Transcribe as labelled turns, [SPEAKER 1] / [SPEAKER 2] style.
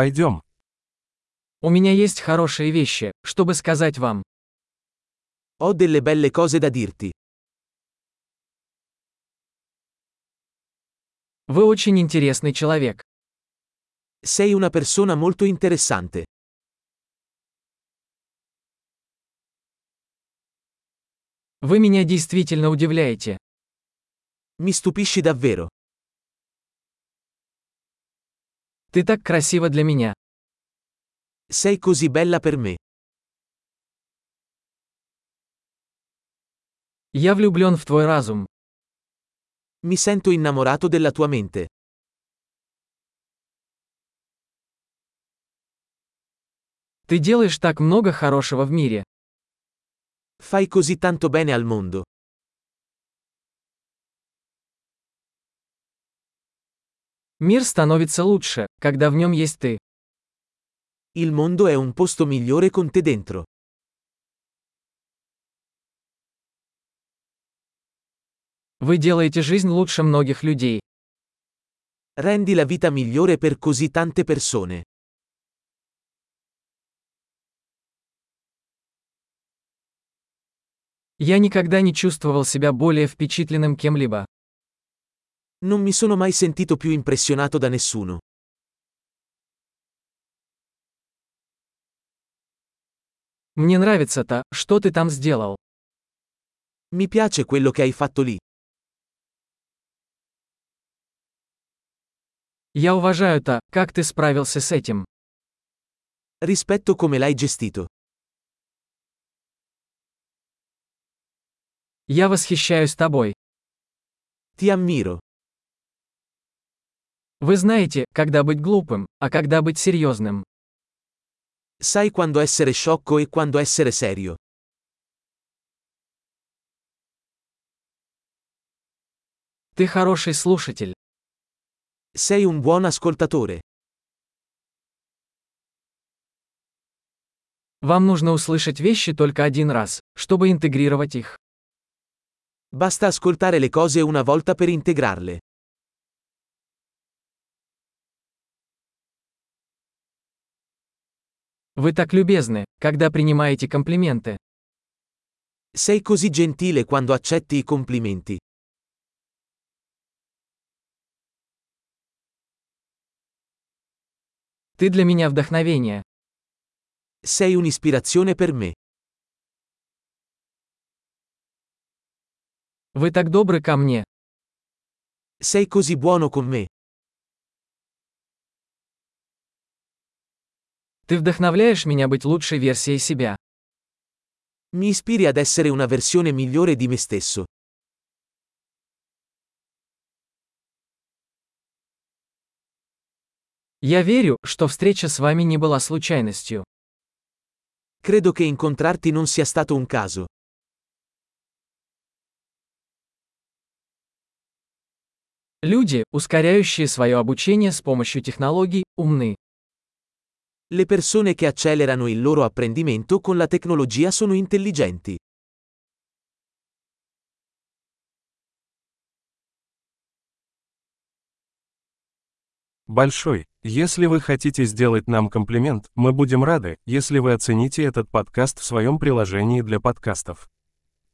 [SPEAKER 1] Пойдем.
[SPEAKER 2] У меня есть хорошие вещи, чтобы сказать вам.
[SPEAKER 3] Ho delle belle cose da dirti.
[SPEAKER 2] Вы очень интересный человек.
[SPEAKER 3] Sei una persona molto interessante.
[SPEAKER 2] Вы меня действительно удивляете.
[SPEAKER 3] Mi stupisci davvero.
[SPEAKER 2] Ты так красива для меня.
[SPEAKER 3] Sei così bella per me.
[SPEAKER 2] Я влюблен в твой разум.
[SPEAKER 3] Mi sento innamorato della tua mente.
[SPEAKER 2] Ты делаешь так много хорошего в мире.
[SPEAKER 3] Fai così tanto bene al mondo.
[SPEAKER 2] Мир становится лучше, когда в нем есть ты.
[SPEAKER 3] Il mondo è un posto migliore con te dentro.
[SPEAKER 2] Вы делаете жизнь лучше многих людей.
[SPEAKER 3] Rendi la vita migliore per così tante persone.
[SPEAKER 2] Я никогда не чувствовал себя более впечатленным кем-либо.
[SPEAKER 3] Non mi sono mai sentito più impressionato da nessuno.
[SPEAKER 2] Мне нравится то, что ты там сделал.
[SPEAKER 3] Mi piace quello che hai fatto lì.
[SPEAKER 2] Я уважаю то, как ты справился с этим.
[SPEAKER 3] Rispetto come l'hai gestito.
[SPEAKER 2] Я восхищаюсь тобой.
[SPEAKER 3] Ti ammiro.
[SPEAKER 2] Вы знаете, когда быть глупым, а когда быть серьезным.
[SPEAKER 3] Sai quando essere sciocco e quando essere serio.
[SPEAKER 2] Ты хороший слушатель.
[SPEAKER 3] Sei un buon ascoltatore.
[SPEAKER 2] Вам нужно услышать вещи только один раз, чтобы интегрировать их.
[SPEAKER 3] Basta ascoltare le cose una volta per integrarle.
[SPEAKER 2] Вы так любезны, когда принимаете комплименты.
[SPEAKER 3] Sei così gentile quando accetti i complimenti.
[SPEAKER 2] Ты для меня вдохновение.
[SPEAKER 3] Sei un'ispirazione per me.
[SPEAKER 2] Вы так добры ко мне.
[SPEAKER 3] Sei così buono con me.
[SPEAKER 2] Ты вдохновляешь меня быть лучшей версией себя.
[SPEAKER 3] Mi ispiri ad essere una versione migliore di me stesso.
[SPEAKER 2] Я верю, что встреча с вами не была случайностью.
[SPEAKER 3] Credo che incontrarti non sia stato un caso.
[SPEAKER 2] Люди, ускоряющие свое обучение с помощью технологий, умны.
[SPEAKER 3] Le persone che accelerano il loro apprendimento con la tecnologia sono intelligenti.
[SPEAKER 1] Большой. Если вы хотите сделать нам комплимент, мы будем рады, если вы оцените этот подкаст в своем приложении для подкастов.